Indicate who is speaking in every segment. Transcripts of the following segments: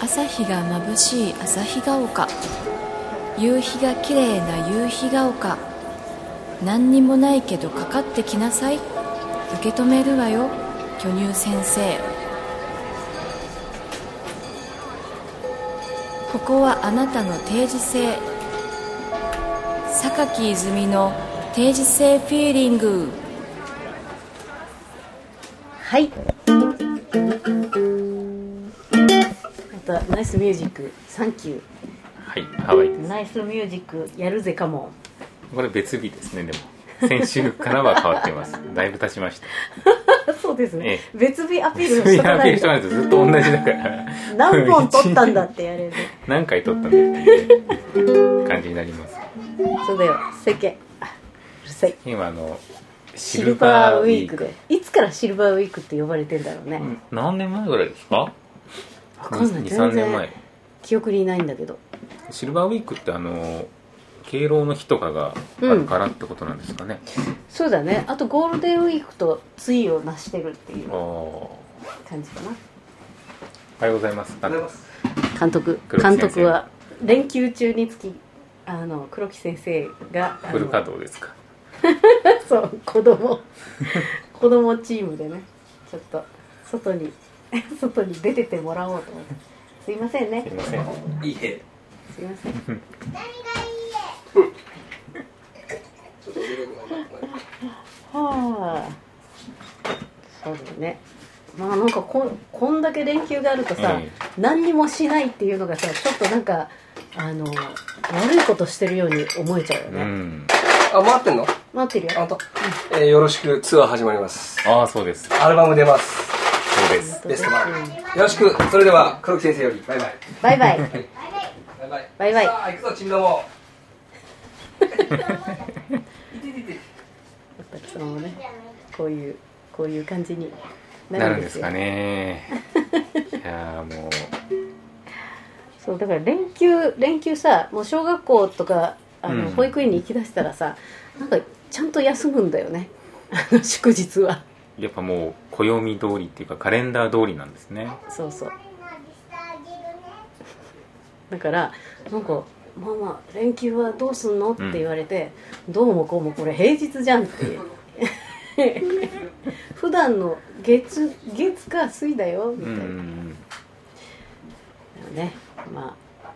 Speaker 1: 朝日が眩しい朝日が丘夕日が綺麗な夕日が丘何にもないけどかかってきなさい受け止めるわよ巨乳先生ここはあなたの定時性榊泉の定時性フィーリング
Speaker 2: はい。またナイスミュージック、サンキュ
Speaker 3: はい、ハワイで
Speaker 2: ー。
Speaker 3: す。
Speaker 2: ナイスミュージック、やるぜかも。
Speaker 3: これ別日ですね、でも。先週からは変わっ てます。だいぶ経ちました。
Speaker 2: そうですね
Speaker 3: え。
Speaker 2: 別日アピールを
Speaker 3: 別
Speaker 2: し
Speaker 3: 日
Speaker 2: とか
Speaker 3: ア
Speaker 2: な
Speaker 3: ピール
Speaker 2: い
Speaker 3: しとか
Speaker 2: と。
Speaker 3: ないとずっと同じだから、
Speaker 2: 何本撮 ったんだってやれる。
Speaker 3: 何回撮ったんだっていう感じになります。
Speaker 2: そうだよ、世間。あうるさい。
Speaker 3: 今、あの、シ
Speaker 2: シルバーウィークで。いつからシルバーウィークって呼ばれてんだろうね。
Speaker 3: うん何年前ぐらいですか
Speaker 2: わかんない。
Speaker 3: 2、3
Speaker 2: 全
Speaker 3: 年
Speaker 2: 然
Speaker 3: 前。
Speaker 2: 記憶にないんだけど。
Speaker 3: シルバーウィークってあの、敬老の日とかがあ
Speaker 2: うん
Speaker 3: るからってことなんですかね。
Speaker 2: そうだね。あとゴールデンウィークと対をなしてるっていう
Speaker 3: あーお
Speaker 2: 感じかな。
Speaker 3: はようございます。あ
Speaker 2: 監督
Speaker 3: 黒木先
Speaker 2: 監
Speaker 3: 生
Speaker 2: 督は連休中につきあの黒木先生があ
Speaker 3: フル
Speaker 2: の
Speaker 3: 稼働ですか。
Speaker 2: そう子供 子供チームでねちょっと外に 外に出ててもらおうと思ってすいませんね
Speaker 3: すいません。
Speaker 4: いいね。
Speaker 2: すいません
Speaker 4: ちょっと驚くな
Speaker 2: はあそうだよねまあなんかこんこんだけ連休があるとさ、
Speaker 3: え
Speaker 2: 何にもしないっていうのがさちょっとなんかあの悪いことしてるように思えちゃうよ
Speaker 3: う
Speaker 2: ね、
Speaker 3: ん。
Speaker 4: あ、回ってんの
Speaker 2: 待ってるよ
Speaker 4: あ、本当。えー、よろしくツアー始まります。
Speaker 3: ああ、そうです。そ
Speaker 4: アルバム出ます。
Speaker 3: うです。
Speaker 4: ベスト
Speaker 2: う
Speaker 4: 版。
Speaker 2: ん
Speaker 4: よろしく。それでは、黒木先生より、バイバイ。
Speaker 2: バイバイ
Speaker 4: バイバイ。
Speaker 2: バイバイ
Speaker 4: さあ、行くぞ、ちびども。
Speaker 2: お客様もねこういうこういう感じに
Speaker 3: な
Speaker 2: な
Speaker 3: る
Speaker 2: る
Speaker 3: ん
Speaker 2: ん
Speaker 3: で
Speaker 2: です
Speaker 3: す
Speaker 2: よ
Speaker 3: かねいやーもう
Speaker 2: そうだから連休連休さもう小学校とかあの、
Speaker 3: うん
Speaker 2: 保育園に行きだしたらさなんかちゃんと休むんだよねあの祝日は
Speaker 3: やっぱもう暦通りっていうかカレンダー通りなんですね
Speaker 2: そうそうだからなんか「ママ連休はどうすんの?」って言われて「どうもこうもこれ平日じゃん」って いう普段の月月か水だよみ
Speaker 3: う
Speaker 2: たいな、
Speaker 3: ん
Speaker 2: ねまあ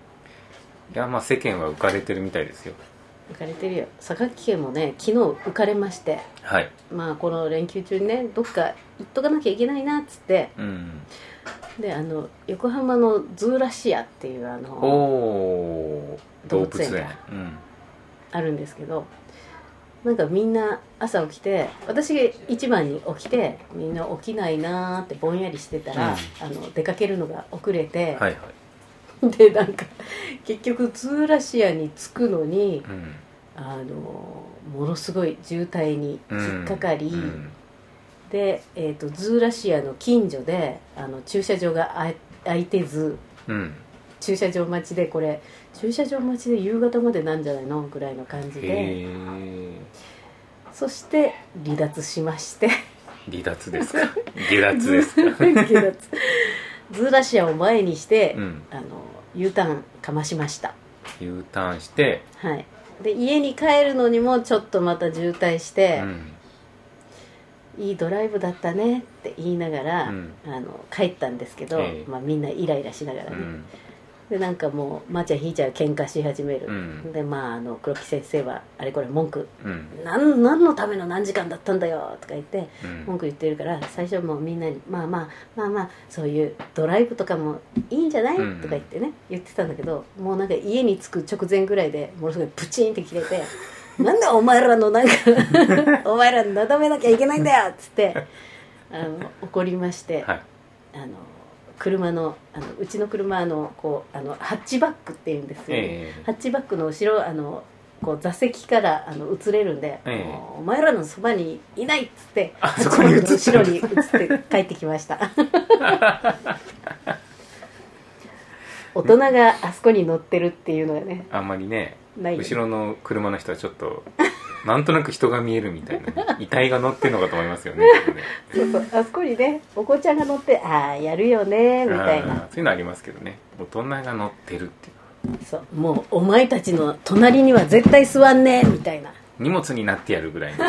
Speaker 3: いやまあ世間は浮かれてるみたいですよ
Speaker 2: 浮かれてるよ榊家もね昨日浮かれまして
Speaker 3: はい
Speaker 2: まあこの連休中にねどっか行っとかなきゃいけないなっつって
Speaker 3: うん
Speaker 2: であの横浜のズーラシアっていうあ
Speaker 3: お
Speaker 2: の
Speaker 3: おー動物
Speaker 2: 動物
Speaker 3: 園
Speaker 2: 園あるんですけどなんかみんな朝起きて私が一番に起きてみんな起きないなーってぼんやりしてたら、あの出かけるのが遅れ
Speaker 3: う
Speaker 2: て
Speaker 3: ん、はいは い、
Speaker 2: でなんか結局ズーラシアに着くのに
Speaker 3: うん、
Speaker 2: あのものすごい渋滞に引っかかり、
Speaker 3: うん
Speaker 2: で、えー、とズーラシアの近所であの駐車場があ空いてず
Speaker 3: うん
Speaker 2: 駐車場待ちでこれ駐車場待ちで夕方までなんじゃないのぐらいの感じで
Speaker 3: へえ
Speaker 2: そして離脱しまして
Speaker 3: 離脱 ですか下脱
Speaker 2: ズ
Speaker 3: ですか
Speaker 2: ーラズーラシアを前にして、
Speaker 3: うん
Speaker 2: あの U ターンかましました
Speaker 3: U ターンして、
Speaker 2: はいで家に帰るのにもちょっとまた渋滞して
Speaker 3: う、ん
Speaker 2: いいドライブだったねって言いながら、
Speaker 3: うん
Speaker 2: あの帰ったんですけど、
Speaker 3: ええ
Speaker 2: まあ、みんなイライラしながら
Speaker 3: う
Speaker 2: ね、
Speaker 3: ん
Speaker 2: でなんかもうまーちゃんひーちゃんが喧嘩し始める、
Speaker 3: うん
Speaker 2: でまああの黒木先生はあれこれ文句
Speaker 3: うん
Speaker 2: なん何のための何時間だったんだよとか言って
Speaker 3: うん
Speaker 2: 文句言ってるから最初もうみんなに「まあまあまあまあそういうドライブとかもいいんじゃない?」と
Speaker 3: うん
Speaker 2: か言ってね言ってたんだけどもうなんか家に着く直前ぐらいでものすごいプチンって切れ て「なんだお前らのなんか お前らなだめなきゃいけないんだよ」っつってあの怒りまして。
Speaker 3: はい
Speaker 2: あの車のあのうちの車あのこうあのハッチバックっていうんですよ、
Speaker 3: ええ
Speaker 2: ハッチバックの後ろあのこう座席からあの映れるんで、
Speaker 3: ええ
Speaker 2: もうお前らのそばにいないっつって
Speaker 3: あ
Speaker 2: ハッ
Speaker 3: そ
Speaker 2: チ
Speaker 3: こ
Speaker 2: バ
Speaker 3: に映
Speaker 2: ッ
Speaker 3: っ
Speaker 2: クの
Speaker 3: て
Speaker 2: 後ろ
Speaker 3: る
Speaker 2: に映って帰ってきました 大人があそこに乗ってるっていうのがね
Speaker 3: あんまりね
Speaker 2: ない
Speaker 3: 後ろの車の人はちょっとなんとなく人が見えるみたいな遺体が乗ってるのかと思いますよね
Speaker 2: そうそうあそこにねお子ちゃんが乗ってああやるよね みたい
Speaker 3: あ
Speaker 2: な
Speaker 3: ーそういうのありますけどね大人が乗ってるっていう
Speaker 2: そうもうお前たちの隣には絶対座んねみたいなっ
Speaker 3: 荷物になってやるぐらい の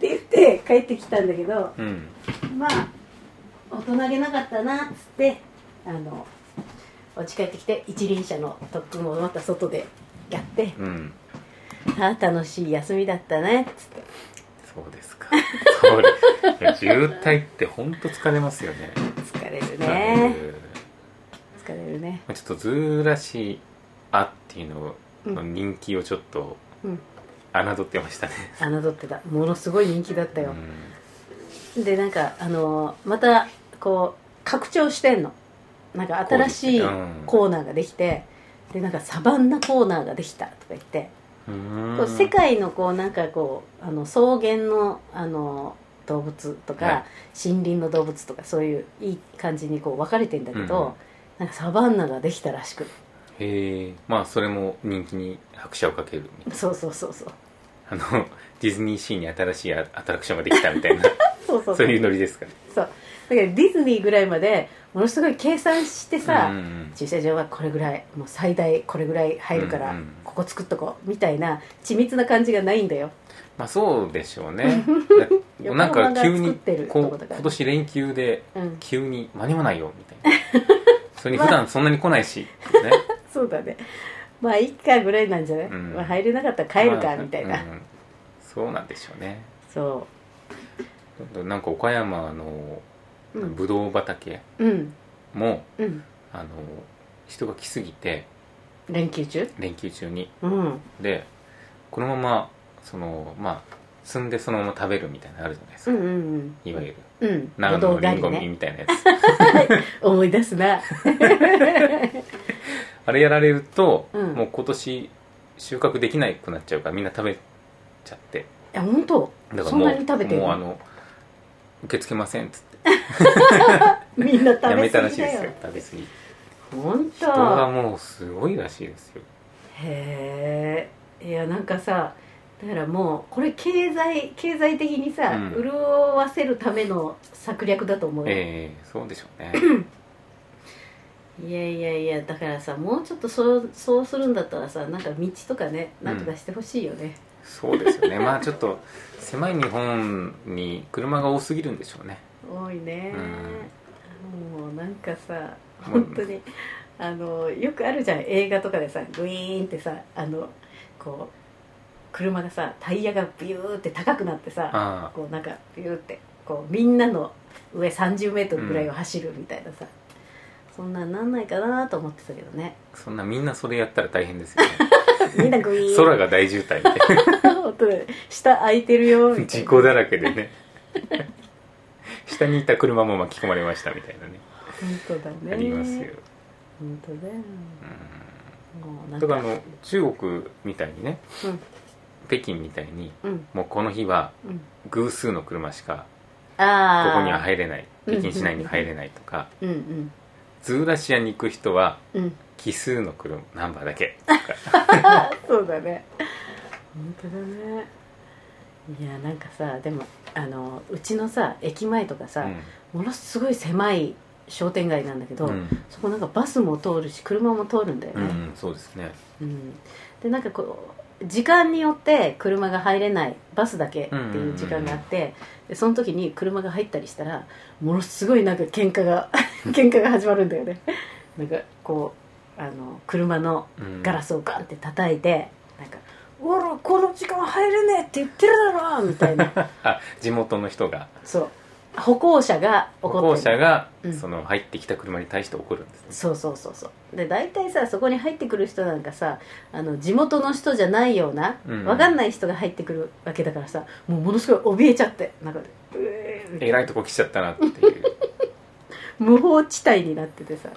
Speaker 2: て言って帰ってきたんだけど
Speaker 3: うん
Speaker 2: まあ大人げなかったなっつってあの落ち帰ってきて一輪車の特訓をまた外でやって
Speaker 3: うん
Speaker 2: ああ楽しい休みだったねっつって
Speaker 3: そうですかそうですいや渋滞ってほんと疲れますよね
Speaker 2: 疲れる
Speaker 3: うん
Speaker 2: ね疲れるね
Speaker 3: まあちょっとズーラシアっていうのの人気をちょっと
Speaker 2: うん
Speaker 3: 侮ってましたね、
Speaker 2: 侮ってたものすごい人気だった
Speaker 3: う
Speaker 2: よ、
Speaker 3: ん
Speaker 2: でなんかあのーまたこう拡張してんのなんか新しい
Speaker 3: うん
Speaker 2: コーナーができて、でなんかサバンナコーナーができたとか言って、
Speaker 3: うん
Speaker 2: こう世界のこうなんかこうあの草原のあの動物とか、
Speaker 3: はい
Speaker 2: 森林の動物とかそういういい感じにこう分かれてんだけ
Speaker 3: うんうん
Speaker 2: ど、なんかサバンナができたらしく
Speaker 3: へえまあそれも人気に拍車をかけるみたい
Speaker 2: そうそうそうそう
Speaker 3: なあのディズニーシーに新しいアアトラクションができたみたいな
Speaker 2: そうそう
Speaker 3: そういうノリですかね
Speaker 2: そうだからディズニーぐらいまでものすごい計算してさ、
Speaker 3: うんうん
Speaker 2: 駐車場はこれぐらいもう最大これぐらい入るから、
Speaker 3: うんうん
Speaker 2: ここ作っとこうみたいな緻密な感じがないんだよ
Speaker 3: まあそうでしょ うねだ
Speaker 2: 横
Speaker 3: なんか
Speaker 2: 浜が
Speaker 3: 急
Speaker 2: 作っ
Speaker 3: に
Speaker 2: てるとこ
Speaker 3: こ
Speaker 2: だか
Speaker 3: う
Speaker 2: ら
Speaker 3: 今年連休で
Speaker 2: うん
Speaker 3: 急に間に合わないよみたい なそれに普段そんなに来ないし、ね、
Speaker 2: そうだねまあいっかぐらいなんじゃない、
Speaker 3: うん
Speaker 2: まあ、入れなかったら帰る
Speaker 3: ま
Speaker 2: か
Speaker 3: あ
Speaker 2: みたいな、
Speaker 3: うんそうなんでしょうね
Speaker 2: そ
Speaker 3: なんか岡山の
Speaker 2: ううん
Speaker 3: ぶどう畑
Speaker 2: うん、
Speaker 3: も、
Speaker 2: うん、
Speaker 3: あの人が来すぎて
Speaker 2: 連休中
Speaker 3: 連休中に
Speaker 2: うん
Speaker 3: でこのままそのまあ摘んでそのまま食べるみたいなのあるじゃないです
Speaker 2: う
Speaker 3: か、
Speaker 2: んうん
Speaker 3: いわゆる
Speaker 2: うんうん
Speaker 3: 長
Speaker 2: ぶ
Speaker 3: 野
Speaker 2: どう
Speaker 3: のり
Speaker 2: 狩
Speaker 3: んご
Speaker 2: り
Speaker 3: み
Speaker 2: ね
Speaker 3: みたいなやつ、
Speaker 2: 思い出すな
Speaker 3: あれやられると、
Speaker 2: うん
Speaker 3: もう今年収穫できなくなっちゃうからみんな食べちゃって
Speaker 2: え本当
Speaker 3: だから
Speaker 2: そ
Speaker 3: も
Speaker 2: ん
Speaker 3: う
Speaker 2: なに食べてん
Speaker 3: もうあ
Speaker 2: の
Speaker 3: の受け付けませんっつって
Speaker 2: みんな食べ過ぎだ
Speaker 3: や
Speaker 2: よ
Speaker 3: めたらしいですよ食べ過ぎ
Speaker 2: 本当
Speaker 3: 人がもうすごいらしいですよ
Speaker 2: へえいやなんかさだからもうこれ経済経済的にさ、
Speaker 3: うん
Speaker 2: 潤わせるための策略だと思うよ、
Speaker 3: ええそうでしょうね
Speaker 2: いやいやいやだからさもうちょっとそうそうするんだったらさなんか道とかねなんとかしてほしいよね、
Speaker 3: そうですよねまあちょっと狭い日本に車が多すぎるんでしょうね
Speaker 2: 多いね、もうなんかさ
Speaker 3: もう
Speaker 2: 本当にあのよくあるじゃん映画とかでさグイーンってさあのこう車がさタイヤがビューって高くなってさ
Speaker 3: あ
Speaker 2: こうなんかビューってこうみんなの上3 0ルぐらいを走るみたいなさ、そんなんなんないかなと思ってたけどね
Speaker 3: あそんなみんなそれやったら大変ですよね
Speaker 2: みんなグイーン
Speaker 3: 空が大渋滞みたい
Speaker 2: 本当だね下空いてるよ
Speaker 3: な
Speaker 2: みたい
Speaker 3: 事
Speaker 2: な
Speaker 3: 故だらけでね 下にいた車も巻き込まれましたみたいなね
Speaker 2: 本当だね
Speaker 3: ありますよ、
Speaker 2: 本当だよもう
Speaker 3: う、
Speaker 2: なんん
Speaker 3: だ
Speaker 2: か
Speaker 3: からあの中国みたいにね
Speaker 2: うん
Speaker 3: 北京みたいに
Speaker 2: うん
Speaker 3: もうこの日は
Speaker 2: うん
Speaker 3: 偶数の車しかこ
Speaker 2: ああ
Speaker 3: こには入れない
Speaker 2: うん
Speaker 3: 北京市内には入れないとか
Speaker 2: うんうん
Speaker 3: ズーラシアに行く人は
Speaker 2: うん
Speaker 3: 奇数の車ナンバーだけ
Speaker 2: あそうだね本当だねいやなんかさでもあのうちのさ駅前とかさ、ものすごい狭い商店街なんだけど、
Speaker 3: うん、うん
Speaker 2: そこなんかバスも通るし車も通るんだよ
Speaker 3: う
Speaker 2: ね、
Speaker 3: ん、そうですね
Speaker 2: うんでなんかこう時間によって車が入れないバスだけっていう時間があって、でその時に車が入ったりしたらものすごいなんか喧嘩が 喧嘩が始まるんだよねなんかこうあの車の
Speaker 3: うん
Speaker 2: ガラスをガンって叩いてなんか「おらこの時間入れねえって言ってるだろ!」みたい な
Speaker 3: あ地元の人が
Speaker 2: そう歩行者が怒
Speaker 3: 歩
Speaker 2: ってる
Speaker 3: 行者が、
Speaker 2: うん
Speaker 3: その入ってきた車に対して怒るんですね
Speaker 2: そうそうそうそうで大体さそこに入ってくる人なんかさあの地元の人じゃないような
Speaker 3: うん
Speaker 2: わかんない人が入ってくるわけだからさもうものすごい怯えちゃってなんかうえー
Speaker 3: えらいとこ来ちゃったなっていう
Speaker 2: 無法地帯になっててさ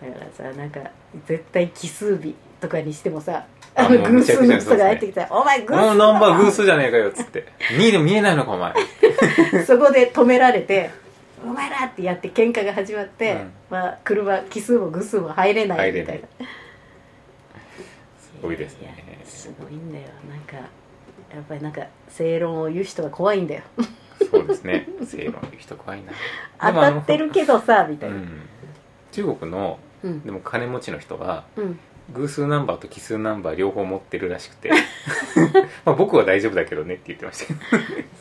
Speaker 2: だからさなんか絶対奇数日とかにしてもさあ
Speaker 3: あ
Speaker 2: の
Speaker 3: もう
Speaker 2: 偶数の人が
Speaker 3: めちゃくちゃそうですね
Speaker 2: 入ってきたら「お前偶数
Speaker 3: こ
Speaker 2: だ
Speaker 3: の
Speaker 2: ろ
Speaker 3: ナンバー偶数じゃねえかよっつって2で見えないのかお前
Speaker 2: そこで止められて「お前ら!」ってやって喧嘩が始まって、
Speaker 3: うん
Speaker 2: まあ、車奇数も偶数も入れないみたい
Speaker 3: 入れ
Speaker 2: な
Speaker 3: な多いですね
Speaker 2: いやすごいんだよなんかやっぱりなんか正論を言う人は怖いんだよ
Speaker 3: そうで すね正論言う人怖いな
Speaker 2: 当たってるけどさみた
Speaker 3: う
Speaker 2: いな、
Speaker 3: ん中国の
Speaker 2: うん
Speaker 3: でも金持ちの人は
Speaker 2: うん、
Speaker 3: 偶数ナンバーと奇数ナンバー両方持ってるら しくてまあ僕は大丈夫だけどねって言ってましたけど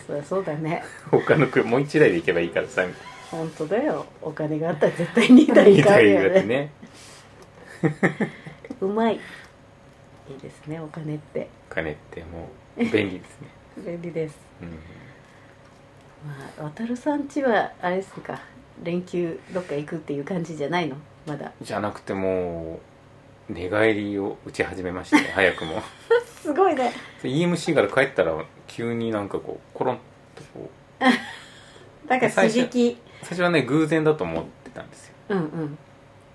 Speaker 2: そうそうだね
Speaker 3: 他の国もう一台で行けばいいからさみた
Speaker 2: 本当だよお金があったら絶対2台
Speaker 3: いな
Speaker 2: 買う
Speaker 3: 二
Speaker 2: よ
Speaker 3: 台だ
Speaker 2: ね
Speaker 3: ってね
Speaker 2: うまいいいですねお金って
Speaker 3: 金ってもう便利ですね、
Speaker 2: 便利です
Speaker 3: うん、
Speaker 2: まあ渡るさんちはあれですか連休どっか行くっていう感じじゃないのまだ
Speaker 3: じゃなくてもう寝返りを打ち始めまして早くも
Speaker 2: すごいね
Speaker 3: で EMC から帰ったら急になんかこうコロンとこう
Speaker 2: なんか刺激
Speaker 3: 最初はね偶然だと思ってたんですよ
Speaker 2: うんうん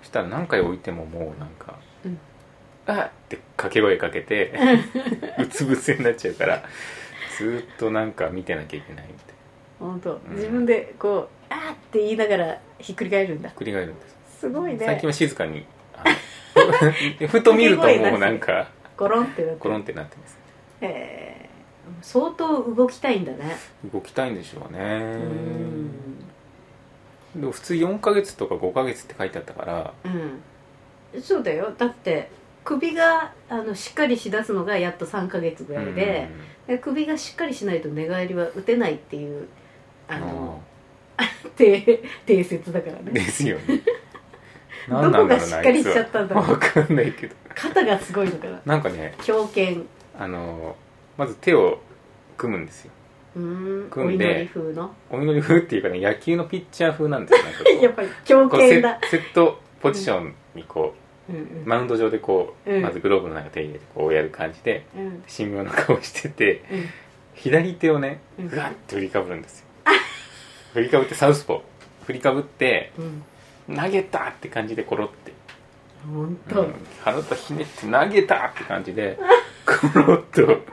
Speaker 3: そしたら何回置いてももうなんか
Speaker 2: うん
Speaker 3: 「あっ!」って掛け声かけて うつぶせになっちゃうからずーっとなんか見てなきゃいけないみたいな
Speaker 2: 本当
Speaker 3: ん
Speaker 2: 自分でこう「あーって言いながらひっくり返るんだ
Speaker 3: 繰り返るんです
Speaker 2: すごい
Speaker 3: 最
Speaker 2: ね
Speaker 3: 近は静かにあの ふと見るともうなんか
Speaker 2: ゴロンってなって
Speaker 3: コロンってなってます
Speaker 2: えー相当動きたいんだね
Speaker 3: 動きたいんでしょう
Speaker 2: う
Speaker 3: ね
Speaker 2: ーん
Speaker 3: でも普通4ヶ月とか5ヶ月って書いてあったから
Speaker 2: うんそうだよだって首があのしっかりしだすのがやっと3ヶ月ぐらいで,、で首がしっかりしないと寝返りは打てないっていう
Speaker 3: うん
Speaker 2: あの定定説だから
Speaker 3: うん
Speaker 2: ね
Speaker 3: ですよ ね
Speaker 2: どこがしっかりしちゃったんだろう
Speaker 3: 分かんないけど
Speaker 2: 肩がすごいのかな
Speaker 3: なんかね
Speaker 2: 胸筋
Speaker 3: あのまず手を組むんですよ
Speaker 2: うーんお
Speaker 3: 組んで
Speaker 2: 祈り風の
Speaker 3: お祈り風っていうかね野球のピッチャー風なんですよなんか こう
Speaker 2: やっぱり胸
Speaker 3: こうセ
Speaker 2: 筋
Speaker 3: ッ
Speaker 2: だ、
Speaker 3: セットポジションにこ
Speaker 2: うんう
Speaker 3: う、
Speaker 2: ん
Speaker 3: マウンド上でこう、
Speaker 2: うん
Speaker 3: まずグローブの中手入れてこうやる感じで
Speaker 2: うんうん
Speaker 3: 神妙な顔してて左手をね
Speaker 2: うん
Speaker 3: ぐわって振りかぶるんですよ振りかぶってサウスポー振りかぶって
Speaker 2: うん
Speaker 3: 投げたって感じでコロって、
Speaker 2: 本
Speaker 3: う
Speaker 2: 当、
Speaker 3: ん、体ひねって投げたって感 じでコロっとう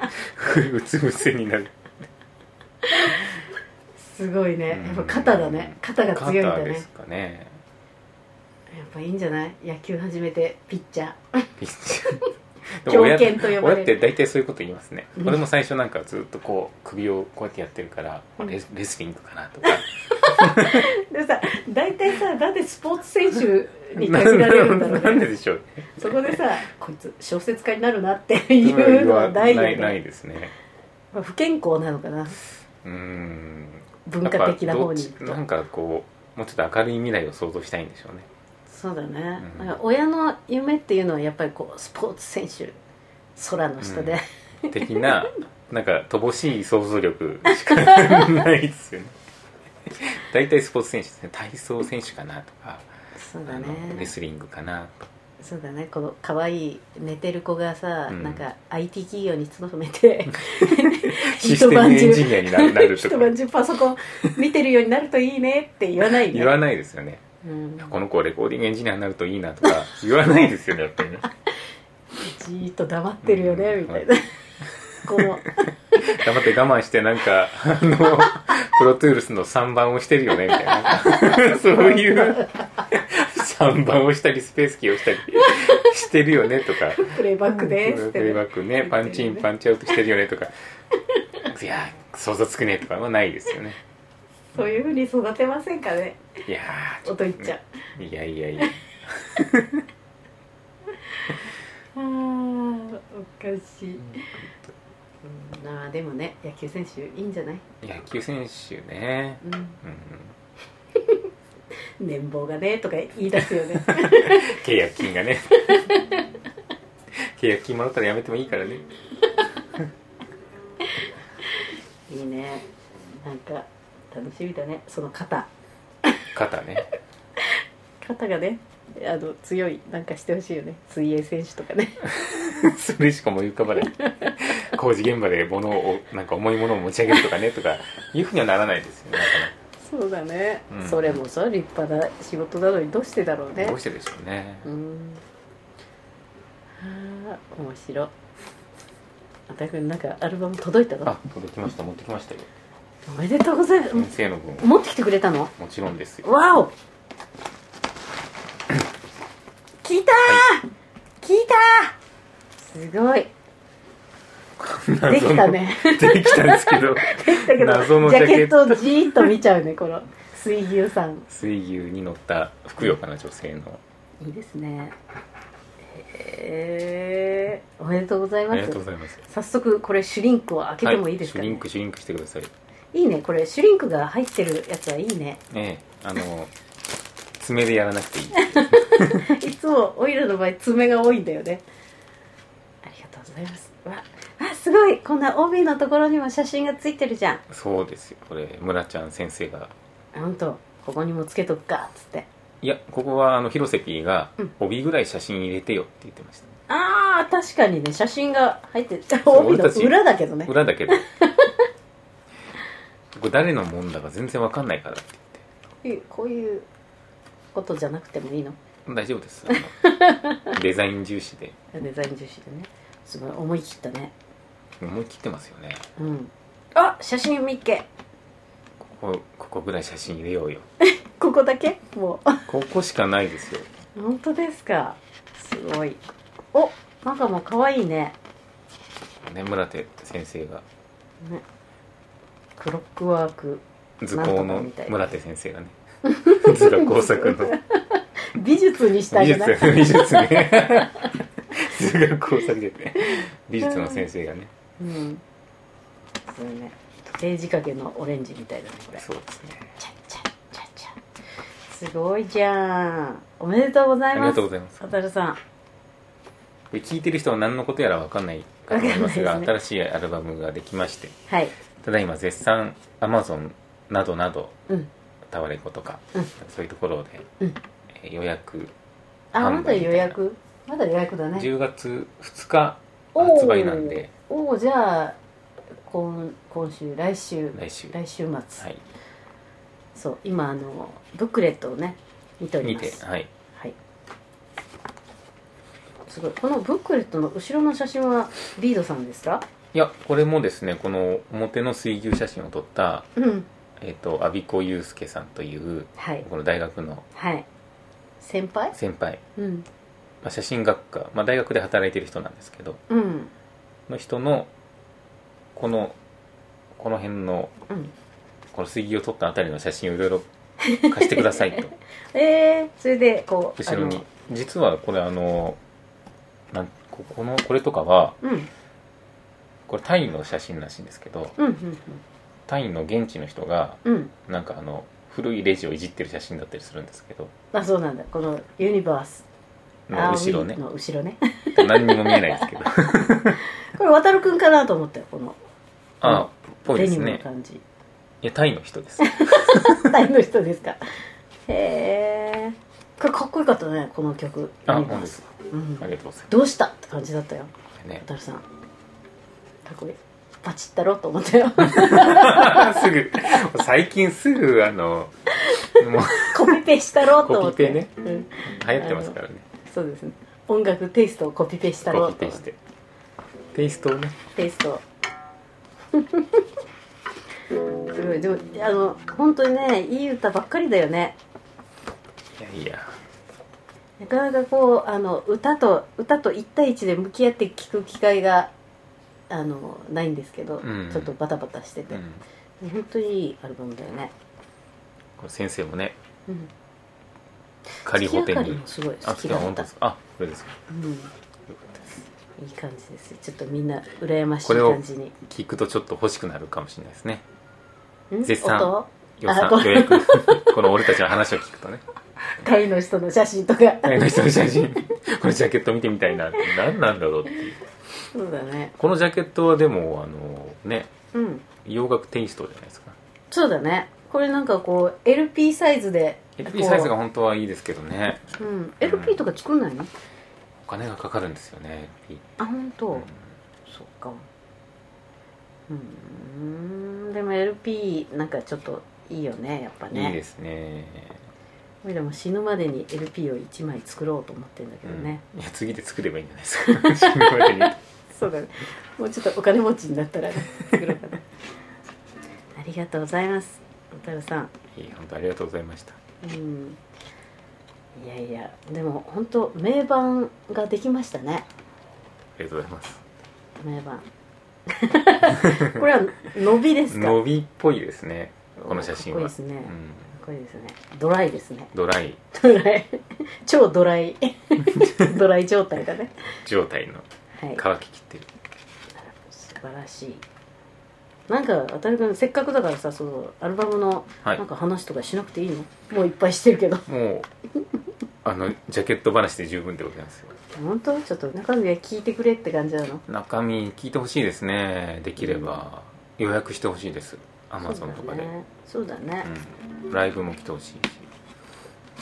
Speaker 3: つ伏せになる
Speaker 2: すごいね
Speaker 3: うん
Speaker 2: やっぱ肩だね肩が強いんだ
Speaker 3: 肩で
Speaker 2: ね
Speaker 3: すかね
Speaker 2: やっぱいいんじゃない野球始めてピッチャー
Speaker 3: ピッチャー
Speaker 2: 強肩と呼ばれる
Speaker 3: 親って大体そういうこと言いますね、
Speaker 2: うん
Speaker 3: 俺も最初なんかずっとこう首をこうやってやってるから、まあレスレスリングかなとか
Speaker 2: でもさ大体さなんでスポーツ選手に限られるんだろ
Speaker 3: な
Speaker 2: うん
Speaker 3: で
Speaker 2: ね
Speaker 3: でしょう
Speaker 2: そこでさこいつ小説家になるなっていうのはないよ
Speaker 3: な
Speaker 2: ね
Speaker 3: いないですね
Speaker 2: まあ不健康なのかな
Speaker 3: うーん
Speaker 2: 文化的な方に
Speaker 3: やっぱどっちなんかこうもうちょっと明るい未来を想像したいんでしょうね
Speaker 2: そうだね、
Speaker 3: うん
Speaker 2: なんか親の夢っていうのはやっぱりこうスポーツ選手空の下で、
Speaker 3: 的ななんか乏しい想像力しかないですよね大体スポーツ選手ですね体操選手かなとか、
Speaker 2: そうだ
Speaker 3: あ
Speaker 2: ね
Speaker 3: のレスリングかな
Speaker 2: そうだねこの可愛い寝てる子がさ、
Speaker 3: うん
Speaker 2: なんか IT 企業に勤めて
Speaker 3: システムエンジニアになるなると
Speaker 2: 一
Speaker 3: か
Speaker 2: 晩中パソコン見てるようになるといいねって言わないね
Speaker 3: 言わないですよね
Speaker 2: うん、
Speaker 3: この子レコーディングエンジニアになるといいなとか言わないですよねやっぱりね
Speaker 2: じーっと黙ってるよね、
Speaker 3: うん
Speaker 2: みたいなこの
Speaker 3: 黙って我慢してなんかあのプロトゥールスの3番をしてるよねみたいな そういう3番をしたりスペースキーをしたりしてるよねとか
Speaker 2: プレイバックで
Speaker 3: プ
Speaker 2: す
Speaker 3: ロ
Speaker 2: っ
Speaker 3: プ
Speaker 2: て
Speaker 3: レ
Speaker 2: ね
Speaker 3: イバックねパンチインパンチアウトしてるよねとかいや想像つくねとかはないですよね
Speaker 2: そういうふうに育てませんかね
Speaker 3: いやー
Speaker 2: 音言っちゃう
Speaker 3: いやいやいや
Speaker 2: あーおかしい、うん、まあでもね野球選手いいんじゃない、
Speaker 3: 野球選手ね
Speaker 2: うん、
Speaker 3: うん
Speaker 2: 年俸がねとか言い出すよ ね
Speaker 3: 契約金 がね契約金もらったらやめてもいいからね
Speaker 2: いいねなんか楽しみだねその肩
Speaker 3: 肩ね
Speaker 2: 肩がねあの強いなんかしてほしいよね水泳選手とかね
Speaker 3: それしか思い浮かばない工事現場で物をなんか重いものを持ち上げるとかねとかいうふうにはならないですよね
Speaker 2: そうだね、
Speaker 3: うん
Speaker 2: それもさ立派な仕事なのにどうしてだろう
Speaker 3: なかな
Speaker 2: ね
Speaker 3: かどうしてでしょうね
Speaker 2: うーんはあ面白いあたくんなんかアルバム届いたの
Speaker 3: あ届きました持ってきましたよ
Speaker 2: おめでとうございます
Speaker 3: 先生の分
Speaker 2: 持ってきてくれたの
Speaker 3: もちろんですよ
Speaker 2: わお聞いたー、聞いたーすごいできたね
Speaker 3: できたんですけど
Speaker 2: だけど
Speaker 3: 謎のジャケット
Speaker 2: ジャケットをじーっと見ちゃうねこの水牛さん
Speaker 3: 水牛に乗ったふくよかな女性の
Speaker 2: いいですねへえおめでとうござい
Speaker 3: あ
Speaker 2: ま
Speaker 3: りが
Speaker 2: す
Speaker 3: とうございます
Speaker 2: 早速これシュリンクを開けてもいいですか、
Speaker 3: は
Speaker 2: ね
Speaker 3: シュリンクシュリンクしてください
Speaker 2: いいねこれシュリンクが入ってるやつはいいね
Speaker 3: ええあの爪でやらなくていい
Speaker 2: いつもオイルの場合爪が多いんだよねありがとうございますわあすごいこんな帯のところにも写真がついてるじゃん
Speaker 3: そうですよこれ村ちゃん先生が
Speaker 2: ほんとここにもつけとくかっつって
Speaker 3: いやここはあの広瀬 P が
Speaker 2: うん
Speaker 3: 帯ぐらい写真入れてよって言ってました、
Speaker 2: あー確かにね写真が入ってる
Speaker 3: う
Speaker 2: 帯の
Speaker 3: 俺たち
Speaker 2: 裏だけどね
Speaker 3: 裏だけど これ誰のもんだか全然わかんないからって
Speaker 2: いいこういうことじゃなくてもいいの
Speaker 3: 大丈夫ですあ のデザイン重視で
Speaker 2: デザイン重視でねすごい思い切ったね
Speaker 3: 思い切ってますよね
Speaker 2: うんあ写真見っけ
Speaker 3: ここここぐらい写真入れようよ
Speaker 2: ここだけも
Speaker 3: ここしかないですよ
Speaker 2: う 本当ですかすごいおなんかもう可愛いね
Speaker 3: ね村手先生が
Speaker 2: ねクロックワーク
Speaker 3: 図工
Speaker 2: なんとか
Speaker 3: の
Speaker 2: みたいな
Speaker 3: 村手先生がね 図画工作の
Speaker 2: 美術にした
Speaker 3: 美
Speaker 2: い
Speaker 3: 術
Speaker 2: な
Speaker 3: 美術ね 図画工作でね美術の先生がね
Speaker 2: うんそうね刑事掛けのオレンジみたいだねこれ
Speaker 3: そうですね
Speaker 2: ちゃちゃちゃちゃすごいじゃんおめでとうござ
Speaker 3: あ
Speaker 2: い
Speaker 3: り
Speaker 2: ま
Speaker 3: が
Speaker 2: す
Speaker 3: とうございます
Speaker 2: さたるさん
Speaker 3: これ聞いてる人は何のことやらわかんないかと思います
Speaker 2: わか
Speaker 3: が
Speaker 2: んない
Speaker 3: 新しいアルバムができまして
Speaker 2: はい
Speaker 3: ただいま絶賛 Amazon などなど
Speaker 2: うん
Speaker 3: タワレコとか、
Speaker 2: うん
Speaker 3: そういうところで、
Speaker 2: うん
Speaker 3: えー予約
Speaker 2: あま
Speaker 3: 販
Speaker 2: だ
Speaker 3: 売みたいな
Speaker 2: 予約まだ予約だね
Speaker 3: 10月2日
Speaker 2: おー
Speaker 3: 発売なんで
Speaker 2: おおじゃあ今今週来週
Speaker 3: 来週
Speaker 2: 来週末、
Speaker 3: はい
Speaker 2: そう今あのブックレットをね見ており
Speaker 3: 見
Speaker 2: ま
Speaker 3: て
Speaker 2: す
Speaker 3: はい
Speaker 2: はいすごいこのブックレットの後ろの写真はリードさんですか
Speaker 3: いやこれもですねこの表の水牛写真を撮った
Speaker 2: うん
Speaker 3: えっ、と阿鼻子祐介さんという
Speaker 2: はい
Speaker 3: この大学の
Speaker 2: はい先輩
Speaker 3: 先輩、
Speaker 2: うん
Speaker 3: まあ、写真学科、まあ、大学で働いてる人なんですけど
Speaker 2: うん
Speaker 3: の人のこのこの辺の
Speaker 2: うん
Speaker 3: この水牛を撮ったあたりの写真をいろいろ 貸してくださいと
Speaker 2: えー、それでこう
Speaker 3: 後ろに
Speaker 2: あ
Speaker 3: 実はこれあのなんここのこれとかは
Speaker 2: のうん
Speaker 3: これタイの写真らしいんですけど
Speaker 2: うん
Speaker 3: タイの現地の人が
Speaker 2: うんうんうん
Speaker 3: なんかあの古いレジをいじってる写真だったりするんですけど
Speaker 2: あそうなんだこのユニバース
Speaker 3: の後ろね
Speaker 2: 青いの後ろね
Speaker 3: 何にも見えないですけどあ
Speaker 2: これ渡るくんかなと思ったよこの
Speaker 3: あっぽい
Speaker 2: デ
Speaker 3: で
Speaker 2: ニ
Speaker 3: す
Speaker 2: ムの
Speaker 3: ね
Speaker 2: 感じ
Speaker 3: いやタイの人です
Speaker 2: タイの人です かへえこれかっこよかったねこの曲
Speaker 3: あ
Speaker 2: ユニバー
Speaker 3: 本当で
Speaker 2: ス
Speaker 3: す
Speaker 2: うん
Speaker 3: ありがとうござい
Speaker 2: どうしたって感じだったよ
Speaker 3: ますね
Speaker 2: 渡るさんかっこいいバチったろと思ったよ
Speaker 3: すぐ最近すぐあのもう
Speaker 2: コピペしたろと思って
Speaker 3: コピペね
Speaker 2: うん、
Speaker 3: 流行ってます からね
Speaker 2: そうですね音楽テイストをコピペしたろ
Speaker 3: コ
Speaker 2: うと
Speaker 3: ピペしてテイストをね
Speaker 2: テイスト すごいでもあの本当にねいい歌ばっかりだよね
Speaker 3: いやいや
Speaker 2: なかなかこうあの歌と歌と一対一で向き合って聴く機会があのないんですけど、
Speaker 3: うん
Speaker 2: ちょっとバタバタしてて、
Speaker 3: うん
Speaker 2: 本当にいいアルバムだよね、
Speaker 3: これ先生もね
Speaker 2: うん、
Speaker 3: 仮補
Speaker 2: 月
Speaker 3: 填
Speaker 2: 明かり
Speaker 3: に
Speaker 2: もすごい
Speaker 3: あ
Speaker 2: 好
Speaker 3: 好き
Speaker 2: き
Speaker 3: な
Speaker 2: だ
Speaker 3: の本
Speaker 2: っ
Speaker 3: 当
Speaker 2: た
Speaker 3: ですかあこれですか
Speaker 2: うん、いい感じですちょっとみんな羨ましい
Speaker 3: これを
Speaker 2: 感じに
Speaker 3: 聞くとちょっと欲しくなるかもしれないですね
Speaker 2: ん
Speaker 3: 絶賛
Speaker 2: 音
Speaker 3: 予算
Speaker 2: あごめん
Speaker 3: 予約 この俺たちの話を聞く とね
Speaker 2: タイの人の写真 とか
Speaker 3: タイの人の写真このジャケット見てみたいなって何なんだろうっていう
Speaker 2: そうだね
Speaker 3: このジャケットはでもあのね
Speaker 2: うん
Speaker 3: 洋楽テイストじゃないですか
Speaker 2: そうだねこれなんかこう LP サイズで
Speaker 3: LP サイズが
Speaker 2: こ
Speaker 3: 本当はいいですけどね
Speaker 2: う、うん、LP とか作んないの、
Speaker 3: お金がかかるんですよね LP
Speaker 2: あ本当、
Speaker 3: うん
Speaker 2: そっかうーんでも LP なんかちょっといいよねやっぱね
Speaker 3: いいですね
Speaker 2: 俺らも死ぬまでに LP を1枚作ろうと思ってんだけどね、
Speaker 3: うんいや次で作ればいいんじゃないですか 死ぬまでに
Speaker 2: そうだねもうちょっとお金持ちになったらね作ろうかな ありがとうございます小太郎さん
Speaker 3: いや本当ありがとうございました
Speaker 2: うんいやいやでも本当名盤ができましたね
Speaker 3: りがとうございます
Speaker 2: 前 版これは伸びですか
Speaker 3: 伸びっぽいですねこの写真は
Speaker 2: かっこいいですね
Speaker 3: うん、
Speaker 2: これですねドライですね
Speaker 3: ドライ
Speaker 2: ドライ 超ドライ ドライ状態だね
Speaker 3: 状態の
Speaker 2: はい
Speaker 3: 乾ききってる
Speaker 2: 素晴らしいなんかあたるくんせっかくだからさそのアルバムの
Speaker 3: はい
Speaker 2: なんか話とかしなくていいの、もういっぱいしてるけど
Speaker 3: もうあのジャケット話で十分でございますよ
Speaker 2: 本当ちょっと中身は聞いてくれって感じなの
Speaker 3: 中身聞いてほしいですねできれば、予約してほしいですアマゾンとかでう、
Speaker 2: そうだねそうだね、
Speaker 3: ん、ライブも来てほしいし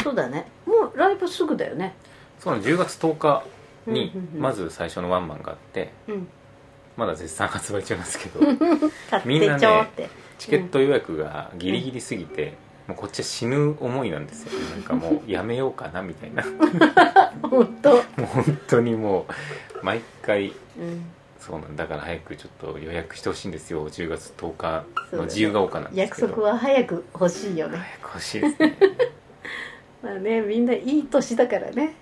Speaker 2: そうだねもうライブすぐだよね
Speaker 3: その10月10日に
Speaker 2: うんうんうん
Speaker 3: まず最初のワンマンがあって
Speaker 2: うん
Speaker 3: まだ絶賛発売中なんですけ ど
Speaker 2: 買っ
Speaker 3: みんな
Speaker 2: て
Speaker 3: ね
Speaker 2: ちょうって、
Speaker 3: チケット予約がギリギリすぎて、もうこっちは死ぬ思いなんですよなんかも うやめようかなみたいなも
Speaker 2: 本当、
Speaker 3: う本当にもう毎回
Speaker 2: うん、
Speaker 3: そうなんだから早くちょっと予約してほしいんですよ10月10日
Speaker 2: そうだ
Speaker 3: の
Speaker 2: ね
Speaker 3: 自由が丘なんです
Speaker 2: 約
Speaker 3: けど
Speaker 2: 束は早く欲しいよね
Speaker 3: 早く欲しいですね
Speaker 2: まあねみんないい年だからね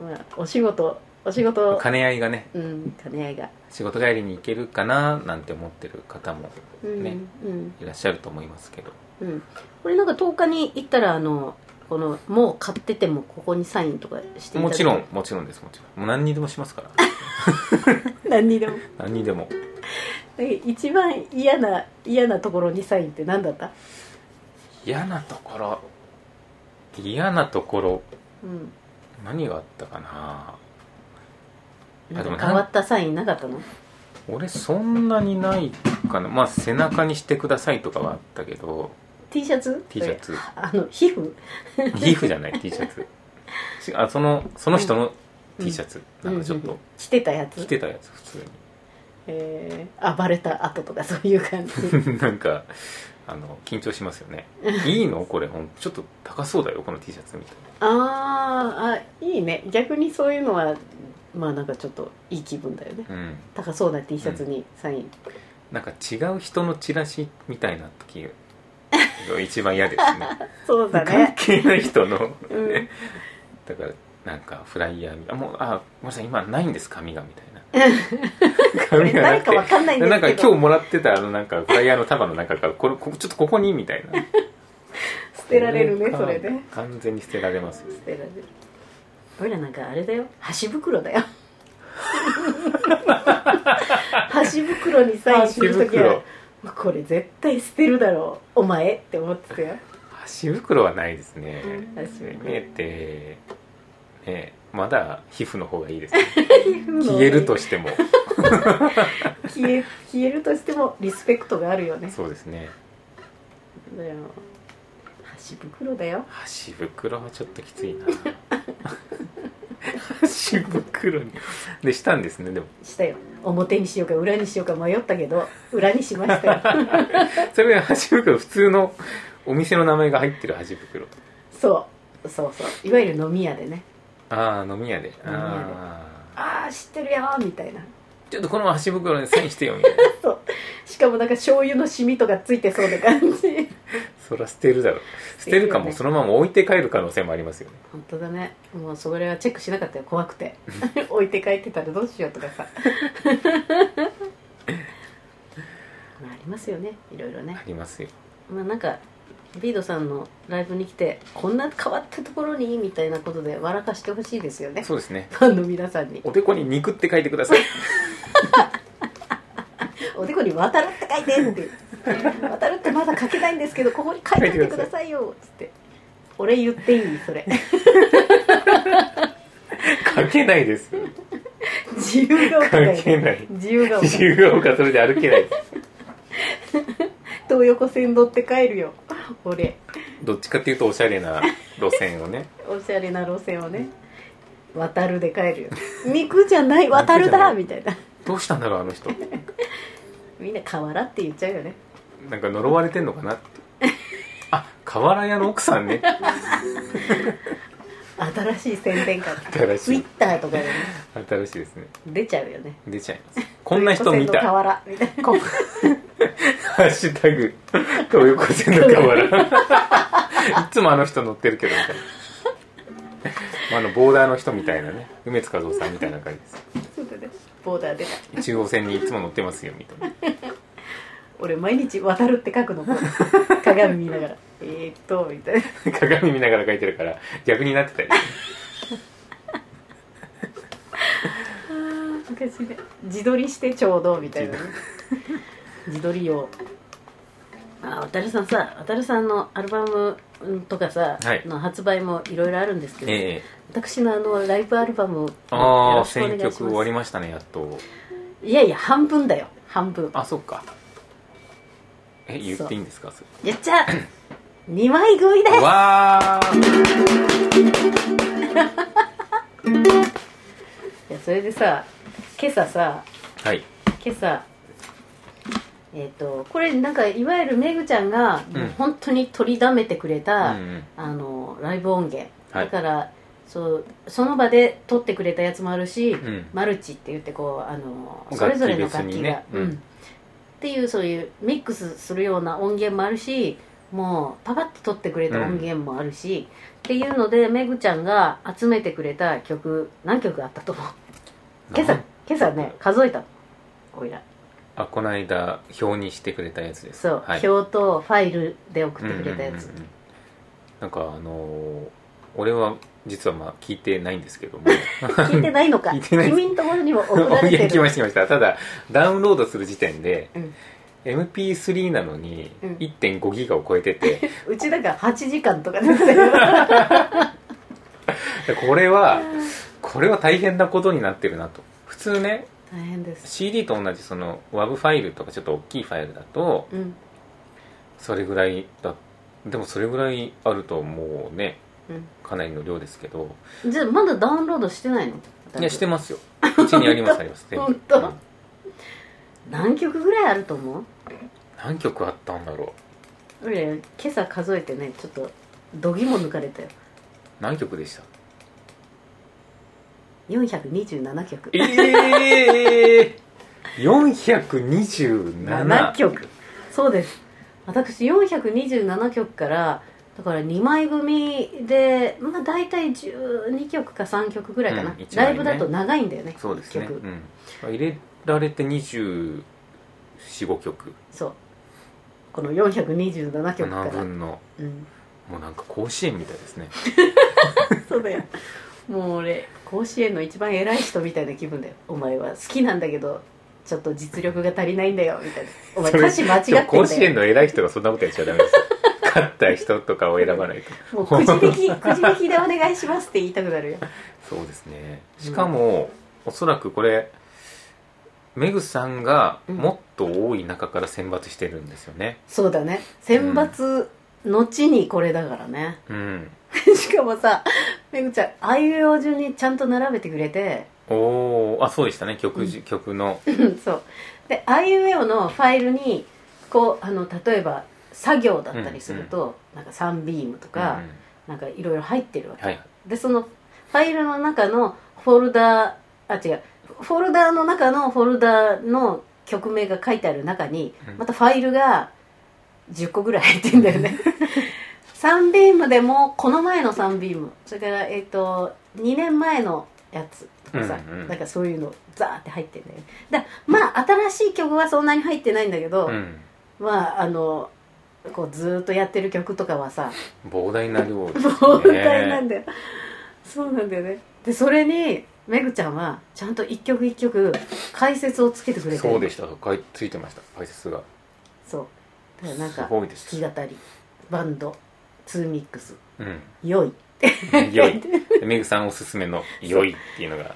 Speaker 2: まあお仕事お仕事
Speaker 3: 兼ね合いがね
Speaker 2: うん兼ね合いが
Speaker 3: 仕事帰りに行けるかななんて思ってる方も
Speaker 2: うん、
Speaker 3: ね
Speaker 2: うん
Speaker 3: いらっしゃると思いますけど
Speaker 2: うんこれなんか10日に行ったらあのこのもう買っててもここにサインとかしていただける
Speaker 3: もちろんもちろんですもちろんもう何にでもしますから
Speaker 2: 何にでも
Speaker 3: 何にでも
Speaker 2: 一番嫌な嫌なところにサインって何だった
Speaker 3: 嫌なところ嫌なところ
Speaker 2: うん
Speaker 3: 何があったかな
Speaker 2: なん
Speaker 3: でも
Speaker 2: か
Speaker 3: な
Speaker 2: 変わったサインなかったの
Speaker 3: 俺そんなにないかなまあ背中にしてくださいとかはあったけど
Speaker 2: T シャツ
Speaker 3: T シャツ
Speaker 2: あの皮膚
Speaker 3: ギフじゃない T シ ャツしあそのその人の
Speaker 2: うん
Speaker 3: T シャツ、なんかちょっ
Speaker 2: うんう
Speaker 3: と
Speaker 2: ん着てたやつ
Speaker 3: 着てたやつ普通
Speaker 2: えー、暴れた後とかそういう 感じ
Speaker 3: になんかあの緊張します よねいいのこれほんちょっと高そうだよこの T シャツみたいな
Speaker 2: あーあいいね逆にそういうのはまあなんかちょっといい気分だよね
Speaker 3: うん
Speaker 2: 高そうな T シャツにサイン、
Speaker 3: なんか違う人のチラシみたいな時 が一番嫌ですね
Speaker 2: そうだ
Speaker 3: 関
Speaker 2: ね
Speaker 3: 係 ない人の
Speaker 2: うん
Speaker 3: だからなんかフライヤーみたいなもうあごめんなさい今ないんです紙がみたいな
Speaker 2: これ
Speaker 3: 紙がな
Speaker 2: 誰
Speaker 3: く
Speaker 2: か
Speaker 3: て
Speaker 2: わかんないんですけど
Speaker 3: なんか今日もらってたあのなんかフライヤーの束の中からこれこちょっとここにみたいな
Speaker 2: 捨てられるね
Speaker 3: か
Speaker 2: それで
Speaker 3: 完全に捨てられますよ
Speaker 2: 捨てられる俺らなんかあれだよ箸袋だよ箸袋にサインするときはこれ絶対捨てるだろうお前って思ってたよ
Speaker 3: 箸袋はないですね
Speaker 2: うん箸
Speaker 3: せ
Speaker 2: 袋
Speaker 3: めてねまだ皮膚の方がいいですね
Speaker 2: 消
Speaker 3: 消えるとしても
Speaker 2: 消え消えるとしてもリスペクトがあるよね
Speaker 3: そうですね
Speaker 2: だよ箸袋だよ
Speaker 3: 箸袋はちょっときついな箸袋にでしたんですねでも
Speaker 2: したよ表にしようか裏にしようか迷ったけど裏にしましたよ
Speaker 3: それで箸袋普通のお店の名前が入ってる箸袋
Speaker 2: そうそうそういわゆる飲み屋でね
Speaker 3: ああ飲み屋で
Speaker 2: 飲み屋で
Speaker 3: ああ
Speaker 2: ああ知ってるよーみたいな
Speaker 3: ちょっとこの箸袋にサインしてよみたいな
Speaker 2: しかもなんか醤油のシミとかついてそうな感じ
Speaker 3: そら捨てるだろ捨てるかも
Speaker 2: 捨
Speaker 3: そ
Speaker 2: て
Speaker 3: のまま置いて帰る可能性もありますよね
Speaker 2: 本当だねもうそれはチェックしなかったよ怖くて 置いて帰ってたらどうしようとかさまあありますよねいろいろね
Speaker 3: ありますよ
Speaker 2: まあなんかビードさんのライブに来てこんな変わったところにみたいなことで笑かしてほしいですよね
Speaker 3: そうですね
Speaker 2: ファンの皆さんに
Speaker 3: おでこに肉って書いてください
Speaker 2: おでこに「渡る」って書いて って「渡る」ってまだ書けないんですけどここに書いておいてくださいよつって俺言っていいそれ
Speaker 3: 書けないです
Speaker 2: 自由が丘だよ
Speaker 3: 書けない
Speaker 2: 自由が丘
Speaker 3: 自由が丘それで歩けないです
Speaker 2: 東横線乗って帰るよ俺
Speaker 3: どっちかっていうとおしゃれな路線をね
Speaker 2: おしゃれな路線をね渡るで帰る よ肉じゃない渡るだみたいな
Speaker 3: どうしたんだろうあの人
Speaker 2: みんな河原って言っちゃうよね
Speaker 3: なんか呪われてんのか なってあ瓦屋の奥さんね
Speaker 2: 新しい宣伝か
Speaker 3: 新
Speaker 2: ツ
Speaker 3: し
Speaker 2: イ
Speaker 3: い
Speaker 2: ッターとかでね
Speaker 3: 新しいですね
Speaker 2: 出ちゃうよね
Speaker 3: 出ちゃいますこんな人見
Speaker 2: 東横線の
Speaker 3: た
Speaker 2: 河原みたいな
Speaker 3: こん ハッシュタグ東横線の河原 いつもあの人乗ってるけどみたいな、まあ、あのボーダーの人みたいなね梅津和夫さんみたいな感じです
Speaker 2: そうだねボーダー出た
Speaker 3: 中央線にいつも乗ってますよみたいな
Speaker 2: 俺毎日「渡る」って書 くのこう鏡見ながら「えーっと」みたいな
Speaker 3: 鏡見ながら書いてるから逆になってたり
Speaker 2: 昔ね自撮りしてちょうどみたいなね自撮り用あ渡るさんさ渡るさんのアルバムうんとかさ、
Speaker 3: はい
Speaker 2: の発売もいろいろあるんですけど、
Speaker 3: ええ
Speaker 2: 私のあのライブアルバムをよ
Speaker 3: あ
Speaker 2: ろ
Speaker 3: あ
Speaker 2: しくお願
Speaker 3: 選
Speaker 2: いしま
Speaker 3: 曲
Speaker 2: す
Speaker 3: 終わりましたねやっと
Speaker 2: いやいや半分だよ半分
Speaker 3: あそっかえ言っていいんですかそれ
Speaker 2: やっちゃ二枚食いです
Speaker 3: わー
Speaker 2: いやそれでさ今朝さ
Speaker 3: はい
Speaker 2: 今朝えっ、とこれなんかいわゆるめぐちゃんが、
Speaker 3: うん
Speaker 2: もう本当に取りだめてくれ
Speaker 3: う
Speaker 2: た、
Speaker 3: ん
Speaker 2: あのライブ音源、
Speaker 3: はい
Speaker 2: だからそうその場で撮ってくれたやつもあるし、
Speaker 3: うん
Speaker 2: マルチって言ってこうあの
Speaker 3: 楽
Speaker 2: それ
Speaker 3: 器
Speaker 2: ぞれの楽
Speaker 3: 別
Speaker 2: 器が
Speaker 3: にねう
Speaker 2: う
Speaker 3: ん
Speaker 2: んっていうそういうミックスするような音源もあるしもうパパッと撮ってくれた音源もあるし、っていうのでめぐちゃんが集めてくれた曲何曲あったと思う今朝今朝ね数えたのおいら
Speaker 3: あこの間表にしてくれたやつです
Speaker 2: そう、
Speaker 3: はい
Speaker 2: 表とファイルで送ってくれたやつ、
Speaker 3: うんうんうんうんなんかあのー俺は実はまあ聞いてないんですけども
Speaker 2: 聞いてないのか
Speaker 3: 聞いてない
Speaker 2: 君のところにも送られ
Speaker 3: い
Speaker 2: て
Speaker 3: や
Speaker 2: る
Speaker 3: 来ました来ましたただダウンロードする時点で、
Speaker 2: うん
Speaker 3: MP3 なのに
Speaker 2: うん
Speaker 3: 1.5ギガを超えてて、
Speaker 2: うちだから8時間とかですよ
Speaker 3: これはこれは大変なことになってるなと普通ね
Speaker 2: 大変です、
Speaker 3: CD と同じその WAV ファイルとかちょっと大きいファイルだと
Speaker 2: うん
Speaker 3: それぐらいだでもそれぐらいあるともうねかなりの量ですけど
Speaker 2: うん、じゃあまだダウンロードしてないの
Speaker 3: いやしてますようちにありますあります 全部
Speaker 2: 本当
Speaker 3: うん
Speaker 2: 何曲ぐらいあると思う
Speaker 3: 何曲あったんだろ
Speaker 2: 俺今朝数えてねちょっと度肝抜かれたよ
Speaker 3: う何曲でした
Speaker 2: 427曲
Speaker 3: ええ ー、427
Speaker 2: 7曲そうです私427曲からだから2枚組でまあ大体12曲か3曲ぐらいかな、
Speaker 3: うん一枚ね
Speaker 2: ライブだと長いんだよね
Speaker 3: そうですね、
Speaker 2: 一曲
Speaker 3: うん、入れられて245曲
Speaker 2: そうこの427曲か
Speaker 3: 7
Speaker 2: ら、
Speaker 3: 分の
Speaker 2: うん、
Speaker 3: もうなんか甲子園みたいですね
Speaker 2: そうだよもう俺甲子園の一番偉い人みたいな気分だよお前は好きなんだけどちょっと実力が足りないんだよみたいなお前
Speaker 3: それ
Speaker 2: 歌詞間違ってん
Speaker 3: でも甲子
Speaker 2: だよ
Speaker 3: 園の偉い人がそんなことやっちゃダメ ですよ勝った人とかを選ばないと
Speaker 2: もうくじ引き くじ引きでお願いしますって言いたくなるよ
Speaker 3: そうですねしかも、おそらくこれメグさんがもっと多い中から選抜してるんですよね
Speaker 2: そうだね選抜後にこれだからね、
Speaker 3: うん、
Speaker 2: しかもさめぐちゃんあいうえお順にちゃんと並べてくれて
Speaker 3: おおあそうでしたね曲,、じ曲の
Speaker 2: そうであいうえおのファイルにこうあの例えば作業だったりすると、なんかサンビームとか、なんかいろいろ入ってるわけ
Speaker 3: うん、はい
Speaker 2: でそのファイルの中のフォルダーあ違うフォルダーの中のフォルダーの曲名が書いてある中に
Speaker 3: うん
Speaker 2: またファイルが10個ぐらい入ってんだよねサンビームでもこの前のサンビームそれからえっ、と2年前のやつとかさ、
Speaker 3: うんうん
Speaker 2: なんかそういうのザーって入ってんだよねだまあ新しい曲はそんなに入ってないんだけど、
Speaker 3: うん、
Speaker 2: まああのこうずーっとやってる曲とかはさ
Speaker 3: 膨大な量ですね
Speaker 2: 膨大なんだよ、そうなんだよねでそれにめぐちゃんはちゃんと一曲一曲解説をつけてくれて
Speaker 3: そうでした書いついてました解説が
Speaker 2: そうだからなん
Speaker 3: す
Speaker 2: か弾
Speaker 3: ごいです
Speaker 2: き語りバンドツーミックス
Speaker 3: うん
Speaker 2: 良い
Speaker 3: 良いメグさんおすすめの良いっていうのが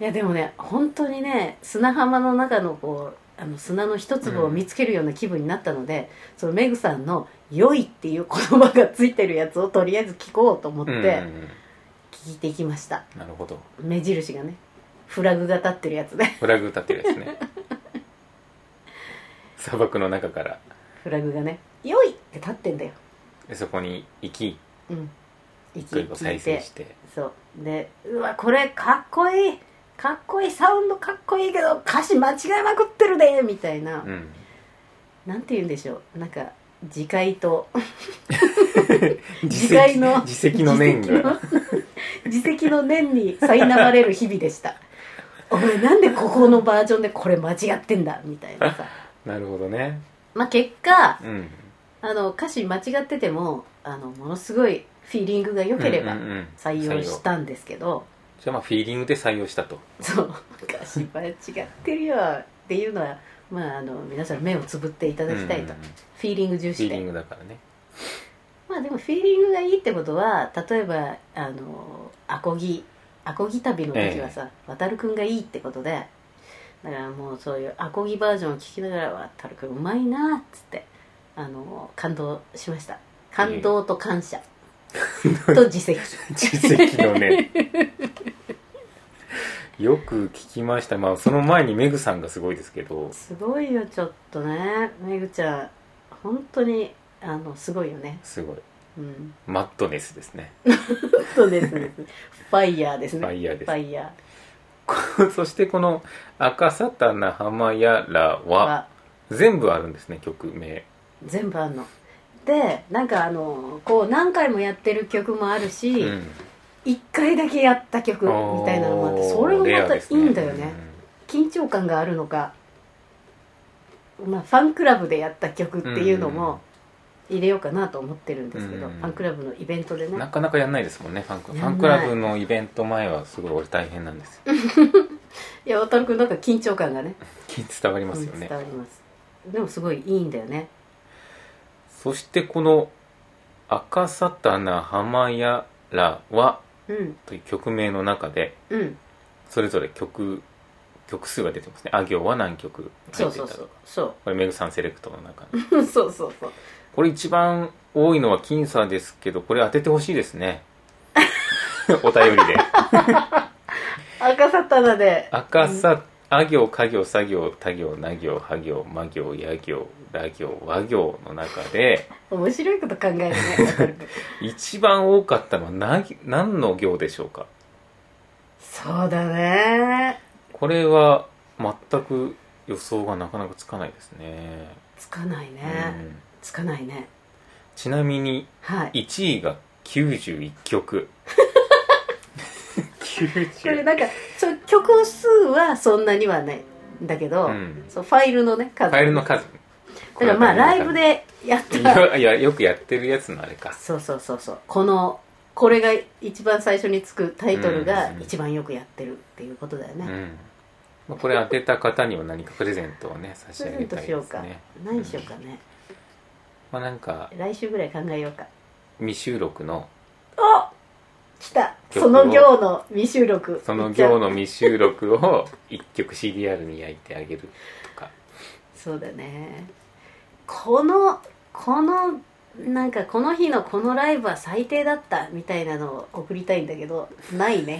Speaker 2: いやでもね本当にね砂浜の中のこうあの砂の一粒を見つけるような気分になったので、そのめぐさんの「良い」っていう言葉がついてるやつをとりあえず聞こうと思っ
Speaker 3: うんうん
Speaker 2: て聞いてきました、
Speaker 3: うんなるほど
Speaker 2: 目印がねフラグが立ってるやつで
Speaker 3: フラグ歌ってるやつ ね砂漠の中から
Speaker 2: フラグがね「よい!」って立ってんだよ
Speaker 3: そこに行き
Speaker 2: うん一
Speaker 3: 一個一個
Speaker 2: 聞い
Speaker 3: 再生
Speaker 2: て
Speaker 3: して
Speaker 2: そうでうわこれかっこいいかっこいいサウンドかっこいいけど歌詞間違いまくってるでみたいな、
Speaker 3: うん
Speaker 2: なんて言うんでしょうなんか自戒と
Speaker 3: 自
Speaker 2: 自戒の
Speaker 3: 自責の念が
Speaker 2: 自責の自責の念に苛まれる日々でしたお前なんでここのバージョンでこれ間違ってんだみたいなさ
Speaker 3: なるほどね
Speaker 2: まあ結果
Speaker 3: うん
Speaker 2: あの歌詞間違っててもあのものすごいフィーリングが良ければ
Speaker 3: うんうんうん
Speaker 2: 採用したんですけど、
Speaker 3: じゃあまあフィーリングで採用したと
Speaker 2: そう歌詞間違ってるよっていうのは、まあ、あの皆さん目をつぶっていただきたいと、
Speaker 3: うんうんうんフ
Speaker 2: フィーリング重視
Speaker 3: ィーリン
Speaker 2: で
Speaker 3: グだからね
Speaker 2: まあでもフィーリングがいいってことは例えばあのアコギアコギ旅の時はさ、渡るくんがいいってことでだからもうそういうアコギバージョンを聞きながら渡るくんうまいなっつってあの感動しました感動と感謝と自責
Speaker 3: 実績のね よく聞きましたまあその前にメグさんがすごいですけど
Speaker 2: すごいよちょっとねめぐちゃん本当にあのすごいよね
Speaker 3: すごい
Speaker 2: うん
Speaker 3: マットネスですね
Speaker 2: そうですね。ファイヤーです
Speaker 3: ファ
Speaker 2: ね。
Speaker 3: イヤー
Speaker 2: フ
Speaker 3: です
Speaker 2: ァイヤ
Speaker 3: そしてこの「赤サタナ浜やら
Speaker 2: ー
Speaker 3: は」
Speaker 2: は
Speaker 3: 全部あるんですね曲名
Speaker 2: 全部あんの。で、なんかあの、こう何回もやってる曲もあるし、一
Speaker 3: うん
Speaker 2: 回だけやった曲みたいなのもあって、それが
Speaker 3: レア
Speaker 2: また
Speaker 3: で
Speaker 2: い
Speaker 3: す
Speaker 2: いんだよね。緊張感があるのか、まあファンクラブでやった曲っていうのも入れようかなと思ってるんですけど、
Speaker 3: うん
Speaker 2: ファンクラブのイベントで
Speaker 3: うん
Speaker 2: ね
Speaker 3: な。かなかやんないですもんねファンクフ
Speaker 2: や
Speaker 3: ァ
Speaker 2: んない
Speaker 3: ンクラブのイベント前はすごい俺大変なんですよ
Speaker 2: いや、渡るくんなんか緊張感がね、
Speaker 3: 伝わり
Speaker 2: う
Speaker 3: ます
Speaker 2: ん
Speaker 3: よね
Speaker 2: 伝わります。でもすごいいいんだよね。
Speaker 3: そしてこの「赤サタナ浜やらは
Speaker 2: うん、」
Speaker 3: という曲名の中で
Speaker 2: うん。
Speaker 3: それぞれ曲曲数が出てますねあ行は何曲
Speaker 2: そ
Speaker 3: 入
Speaker 2: うそ
Speaker 3: って
Speaker 2: う
Speaker 3: たと
Speaker 2: そ
Speaker 3: こ
Speaker 2: う。そう。
Speaker 3: れメグさんセレクトの中で
Speaker 2: そうそうそう。
Speaker 3: これ一番多いのは僅差ですけどこれ当ててほしいですね お便りで
Speaker 2: 赤サタナで。
Speaker 3: 赤さ、あ行、か行、作業、他行、な行、は行、ま行、や行、ら行、和行の中で、
Speaker 2: 面白いこと考える ね。
Speaker 3: 一番多かったのはな何の行でしょうか
Speaker 2: そうだね。
Speaker 3: これは全く予想がなかなかつかないですね。
Speaker 2: つかないうね。
Speaker 3: ん、
Speaker 2: つかないね。
Speaker 3: ちなみに、
Speaker 2: はい。
Speaker 3: 1位が91曲。
Speaker 2: これ
Speaker 3: 90?
Speaker 2: なんか、そう曲数はそんなにはないんだけど、
Speaker 3: うん
Speaker 2: そうファイルのね、
Speaker 3: フ
Speaker 2: 数。
Speaker 3: ァイルの数。
Speaker 2: だからまあライブでやっ
Speaker 3: い
Speaker 2: た。
Speaker 3: や。いや、よくやってるやつのあれか。
Speaker 2: そうそうそうそう。この、これが一番最初につくタイトルが
Speaker 3: うん
Speaker 2: 一番よくやってるっていうことだよ
Speaker 3: う
Speaker 2: ね。
Speaker 3: ん。まあ、これ当てた方には何かプレゼントをね、差し
Speaker 2: プレ
Speaker 3: 上
Speaker 2: ゼ
Speaker 3: げ
Speaker 2: ント
Speaker 3: たい
Speaker 2: しよ
Speaker 3: で
Speaker 2: う
Speaker 3: す
Speaker 2: か
Speaker 3: ね。。
Speaker 2: 何しようかね。
Speaker 3: まあなんか
Speaker 2: 来週ぐらい考えようか。
Speaker 3: 未収録の
Speaker 2: お来た
Speaker 3: 曲
Speaker 2: そ
Speaker 3: を
Speaker 2: の行の未収録
Speaker 3: その行の未収 録を一曲 CDR に焼いてあげるとか
Speaker 2: そうだねこのこのなんかこの日のこのライブは最低だったみたいなのを送りたいんだけどない ね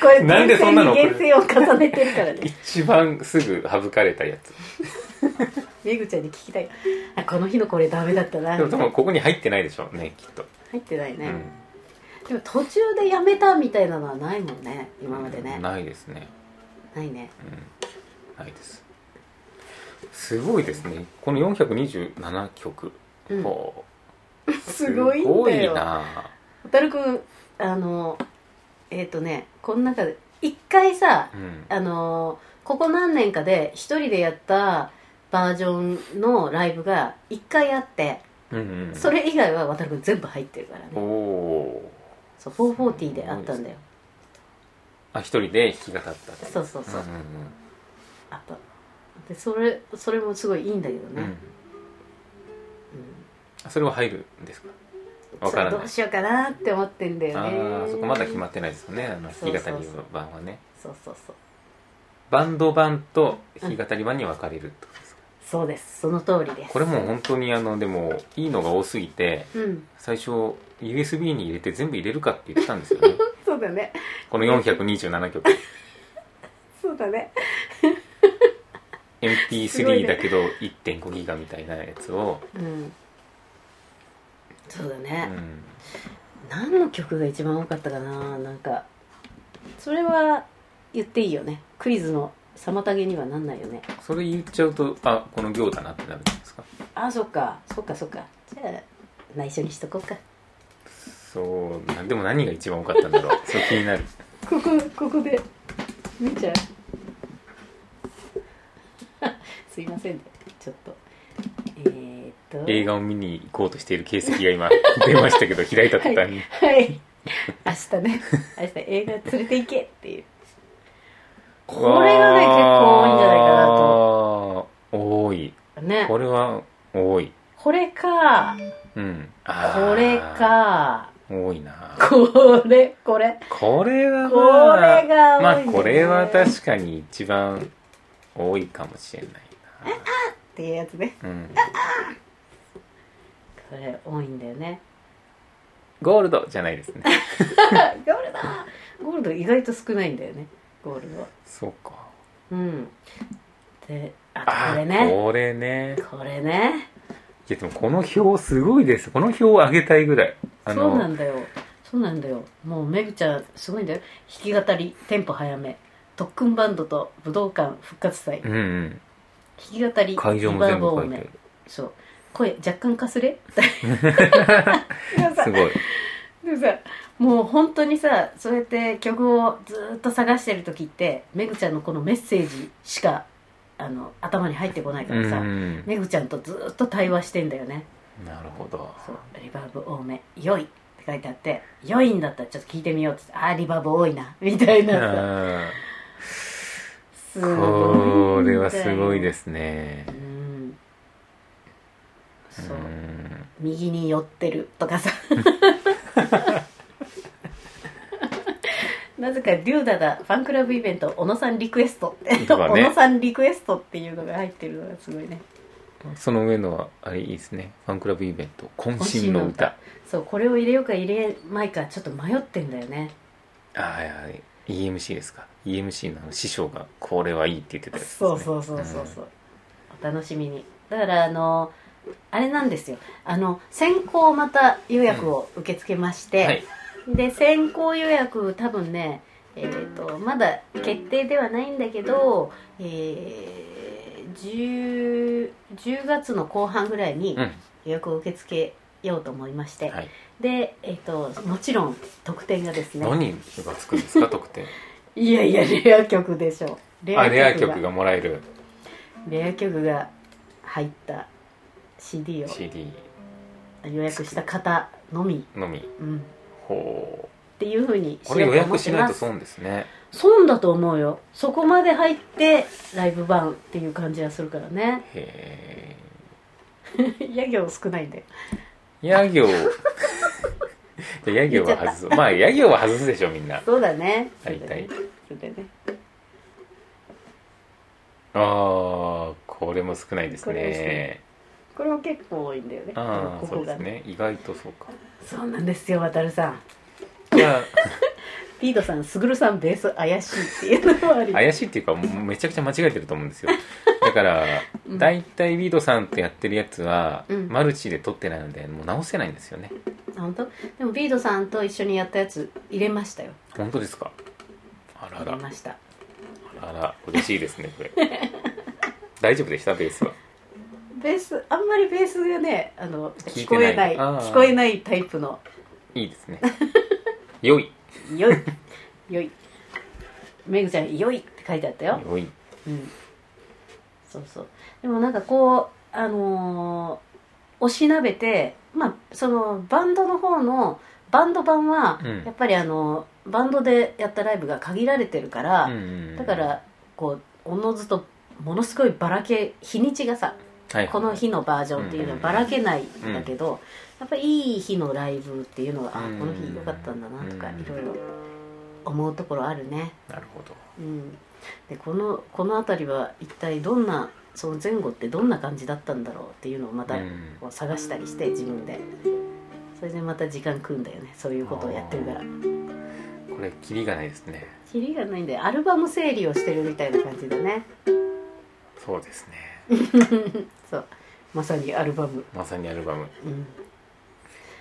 Speaker 2: これ
Speaker 3: なんでそんなの送
Speaker 2: 厳
Speaker 3: る
Speaker 2: 選に厳選を重ねてるからね
Speaker 3: 一番すぐ省かれたやつ
Speaker 2: めぐちゃんに聞きたいあこの日のこれダメだったな
Speaker 3: でも多分ここに入ってないでしょうねきっと、
Speaker 2: 入ってないね、
Speaker 3: う
Speaker 2: でも途中でやめたみたいなのはないもんね今までね、
Speaker 3: ん、ないですね
Speaker 2: ないね
Speaker 3: ないですすごいですねこの427曲、
Speaker 2: うん
Speaker 3: ほう
Speaker 2: すごいんだよ
Speaker 3: すごいな
Speaker 2: たるくんあのえっ、とねこの中で一回さ
Speaker 3: うん
Speaker 2: あのここ何年かで一人でやったバージョンのライブが一回あって
Speaker 3: うんうん
Speaker 2: それ以外は渡るくん全部入ってるから
Speaker 3: お
Speaker 2: ね
Speaker 3: お
Speaker 2: そう440であったんだよ
Speaker 3: あ一人で弾き語った
Speaker 2: そうそうそう、
Speaker 3: うんうん
Speaker 2: あとでそれそれもすごいいいんだけど
Speaker 3: うんう
Speaker 2: ね、
Speaker 3: んそれは入るんですか
Speaker 2: うん、
Speaker 3: わ
Speaker 2: そ
Speaker 3: から
Speaker 2: れ
Speaker 3: ない
Speaker 2: どうしようかなって思ってんだよ
Speaker 3: あ
Speaker 2: ね
Speaker 3: ーそこまだ決まってないですよねあの
Speaker 2: そう
Speaker 3: 弾
Speaker 2: そう
Speaker 3: き
Speaker 2: そう
Speaker 3: 語り版はね
Speaker 2: そうそうそう
Speaker 3: バンド版と弾き語り版に分かれるってことですか
Speaker 2: そうですその通りです
Speaker 3: これもう本当にあのでもいいのが多すぎて
Speaker 2: うん
Speaker 3: 最初 USB に入れて全部入れるかって言ってたんで すよね
Speaker 2: そうだね
Speaker 3: この427曲
Speaker 2: そうだねすごい
Speaker 3: MP3
Speaker 2: ね
Speaker 3: だけど1.5ギガみたいなやつを、
Speaker 2: うんそうだ
Speaker 3: う
Speaker 2: ね、
Speaker 3: ん、
Speaker 2: 何の曲が一番多かったかななんかそれは言っていいよねクイズの妨げにはなんないよね
Speaker 3: それ言っちゃうとあこの行だなってなるんですか
Speaker 2: あそっかそっかそっかじゃあ内緒にしとこうか
Speaker 3: そうなでも何が一番多かったんだろうそう気になる
Speaker 2: ここここで見ちゃう すいませんねちょっとえー、っと
Speaker 3: 映画を見に行こうとしている形跡が今 出ましたけど開いた途端に
Speaker 2: はい明日ね明日映画連れて行けっていう
Speaker 3: こ
Speaker 2: これがね結構多いんじゃないかなと
Speaker 3: 多い
Speaker 2: ね
Speaker 3: これは多い
Speaker 2: これか
Speaker 3: うん
Speaker 2: これか
Speaker 3: 多いな
Speaker 2: これこれ
Speaker 3: これは、まあ、
Speaker 2: これが多い
Speaker 3: まあ
Speaker 2: ね
Speaker 3: これは確かに一番多いかもしれない
Speaker 2: っていうやつね
Speaker 3: なうん
Speaker 2: これ多いんだよね
Speaker 3: ゴールドじゃないですね
Speaker 2: あゴールドゴールド意外と少ないんだよねゴールドは
Speaker 3: そうか
Speaker 2: うんであ
Speaker 3: あ
Speaker 2: これね
Speaker 3: これね
Speaker 2: これね
Speaker 3: いやでもこの表すごいですこの表を上げたいぐらいあの
Speaker 2: そうなんだよそうなんだよもうめぐちゃんすごいんだよ弾き語りテンポ早め特訓バンドと武道館復活祭
Speaker 3: うんうん
Speaker 2: 弾き語り
Speaker 3: 会場
Speaker 2: リ
Speaker 3: も
Speaker 2: バ
Speaker 3: 全
Speaker 2: ー
Speaker 3: 部
Speaker 2: ボ
Speaker 3: 書
Speaker 2: ー
Speaker 3: いて
Speaker 2: メ
Speaker 3: ある
Speaker 2: そう声若干かす れ でもさ
Speaker 3: すごい
Speaker 2: でもさもう本当にさそうやって曲をずーっと探してる時ってめぐちゃんのこのメッセージしかあの頭に入ってこないか
Speaker 3: う
Speaker 2: ら
Speaker 3: ん
Speaker 2: さ、
Speaker 3: うん
Speaker 2: めぐちゃんとずーっと対話してんだよね
Speaker 3: なるほど
Speaker 2: そうリバーブ多め「良い」って書いてあって「良いんだったらちょっと聞いてみよう」って言ってあーリバーブ多いな」みたいなさ
Speaker 3: あ
Speaker 2: す
Speaker 3: ー
Speaker 2: ご
Speaker 3: こ
Speaker 2: いんだよ
Speaker 3: れはすごいですね
Speaker 2: うんそう
Speaker 3: うん
Speaker 2: 右に寄ってるとかさなぜかデューダダファンクラブイベント小野さんリクエストって、
Speaker 3: と
Speaker 2: 小
Speaker 3: かね
Speaker 2: 野さんリクエストっていうのが入ってるのがすごいね
Speaker 3: その上のはあれいいですねファンクラブイベント渾身の歌
Speaker 2: そうこれを入れようか入れまいかちょっと迷ってんだよね
Speaker 3: ああはいはい EMC ですか EMC のあの師匠がこれはいいって言ってたやつです、ね、
Speaker 2: そうそうそうそうそう、お楽しみにだからあのあれなんですよあの先行また予約を受け付けまして、
Speaker 3: はい
Speaker 2: で先行予約多分ねえー、とまだ決定ではないんだけど、えー、10, 10月の後半ぐらいに
Speaker 3: うん
Speaker 2: 予約を受け付けようと思いまして、
Speaker 3: はい
Speaker 2: で、えー、ともちろん特典がですね
Speaker 3: 何がつくんですか特典
Speaker 2: いやいやレア曲でしょレ
Speaker 3: あレア曲がもらえる
Speaker 2: レア曲が入った CD を
Speaker 3: CD
Speaker 2: 予約した方のみ、
Speaker 3: のみ
Speaker 2: うん、っ
Speaker 3: ほ
Speaker 2: ていうふうに
Speaker 3: うこれ予
Speaker 2: ようと思
Speaker 3: 約
Speaker 2: って
Speaker 3: しない
Speaker 2: ま
Speaker 3: と
Speaker 2: す
Speaker 3: 損ですね
Speaker 2: 損だと思うよそこまで入ってライブ版っていう感じがするからね
Speaker 3: へえ
Speaker 2: や行少ないんだよ
Speaker 3: ヤ 行じゃあヤ行は外すまあヤ行は外すでしょみん な
Speaker 2: そうだね
Speaker 3: 大体
Speaker 2: そうだね
Speaker 3: ああこれも少ないです
Speaker 2: これも少ない
Speaker 3: ね
Speaker 2: これも結構多いんだよね
Speaker 3: ああ
Speaker 2: こ
Speaker 3: そ
Speaker 2: こ
Speaker 3: うで
Speaker 2: が
Speaker 3: すね意外とそうか
Speaker 2: そうなんですよ渡るさん
Speaker 3: じゃ
Speaker 2: ピードさんすぐるさんベース怪しいっていうのもあ
Speaker 3: あ
Speaker 2: り
Speaker 3: 怪しいっていうかもうめちゃくちゃ間違えてると思うんです よだから
Speaker 2: うん
Speaker 3: 大体ビードさんとやってるやつは
Speaker 2: うん
Speaker 3: マルチで撮ってないのでもう直せないんですよね
Speaker 2: 本当でもピードさんと一緒にやったやつ入れましたよ
Speaker 3: 本当ですかあら
Speaker 2: 入
Speaker 3: あら
Speaker 2: れました
Speaker 3: あら嬉しいですねこ れ大丈夫でしたベースは
Speaker 2: ベースあんまりベースがねあの
Speaker 3: 聞
Speaker 2: 聞
Speaker 3: いて
Speaker 2: こ
Speaker 3: ない
Speaker 2: えない
Speaker 3: あー
Speaker 2: 聞こえないタイプの
Speaker 3: いいですね 良い
Speaker 2: よいよいめぐちゃん「よい」って書いてあったよ、
Speaker 3: 良い
Speaker 2: うん、そうそうでもなんかこうあのーおしなべてまあそのバンドの方のバンド版は、
Speaker 3: うん
Speaker 2: やっぱりあのバンドでやったライブが限られてるから、
Speaker 3: うんうんうん
Speaker 2: だからこうおのずとものすごいばらけ日にちがさ
Speaker 3: はい
Speaker 2: この日のバージョンっていうのはばらけないんだけど、やっぱりいい日のライブっていうのが、
Speaker 3: うん
Speaker 2: あこの日良かったんだなとか、
Speaker 3: うん
Speaker 2: いろいろ思うところあるね、
Speaker 3: なるほど
Speaker 2: うん、でこのこの辺りは一体どんなその前後ってどんな感じだったんだろうっていうのをまた
Speaker 3: うん
Speaker 2: こう探したりして自分でそれでまた時間食うんだよねそういうことをやってるから
Speaker 3: これキリがないですね
Speaker 2: キリがないんでアルバム整理をしてるみたいな感じだね
Speaker 3: そうですね
Speaker 2: そうまさにアルバム、
Speaker 3: まさにアルバム
Speaker 2: うん、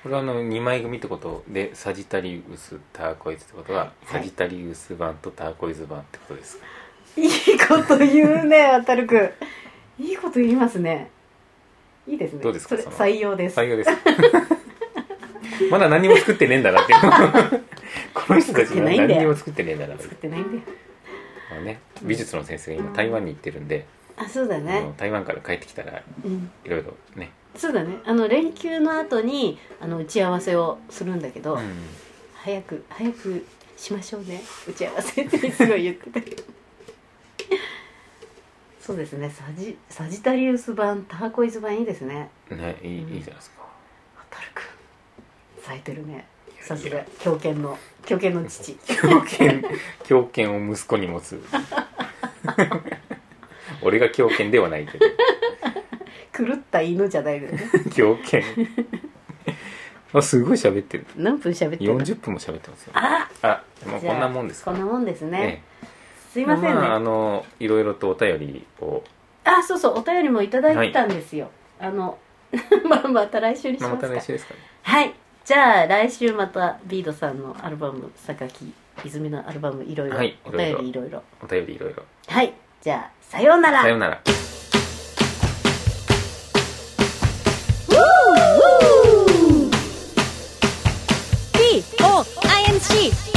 Speaker 3: これはあの2枚組ってことでサジタリウスターコイズってことは、サジタリウス版とターコイズ版ってことですか
Speaker 2: いいこと言うね、渡るくん。いいこと言いますね。いいですね。
Speaker 3: どうです
Speaker 2: そ
Speaker 3: か
Speaker 2: れ
Speaker 3: その
Speaker 2: 採用です。
Speaker 3: 採用です まだ何も作ってねえんだなっていう この人たち
Speaker 2: 作って
Speaker 3: は
Speaker 2: ないんだよ
Speaker 3: 何にも作ってねえんだな
Speaker 2: 作ってないんだよ。
Speaker 3: あのね美術の先生が今台湾に行ってるんで、
Speaker 2: あそうだ
Speaker 3: あの
Speaker 2: ね、
Speaker 3: 台湾から帰ってきたら
Speaker 2: うん、
Speaker 3: いろいろね、
Speaker 2: そうだねあの連休の後にあの打ち合わせをするんだけど、
Speaker 3: うん
Speaker 2: 早く早くしましょうね打ち合わせってすごい言ってたけど そうですねサジサジタリウス版ターコイズ版いいですね
Speaker 3: ねいい,、
Speaker 2: うん
Speaker 3: いいじゃないですか
Speaker 2: 蛍くん咲いてるね
Speaker 3: いや
Speaker 2: さす
Speaker 3: い
Speaker 2: が
Speaker 3: や
Speaker 2: 狂犬の狂犬の 父
Speaker 3: 狂犬狂犬を息子に持つ 俺が狂犬ではないけど
Speaker 2: 狂った犬じゃないのよね
Speaker 3: 狂犬あすごい喋ってる
Speaker 2: 何分喋ってる
Speaker 3: 40分も喋ってますよあもうこんなもんです
Speaker 2: こ
Speaker 3: か
Speaker 2: んなもんですね
Speaker 3: ええ
Speaker 2: すいませんね、
Speaker 3: あ、あのいろいろとお便りを、
Speaker 2: あそうそうお便りもいただいたんですよ、あの まあまた来週にし
Speaker 3: まあ
Speaker 2: ま
Speaker 3: ま
Speaker 2: か
Speaker 3: すた来週ですかね
Speaker 2: はいじゃあ来週またビードさんのアルバム榊泉のアルバムいろいろ、
Speaker 3: はい
Speaker 2: お便りい
Speaker 3: い
Speaker 2: ろいろ
Speaker 3: お便りいろいろ
Speaker 2: はいじゃあさようなら
Speaker 3: さようなら
Speaker 2: ウーウー
Speaker 5: B O I N C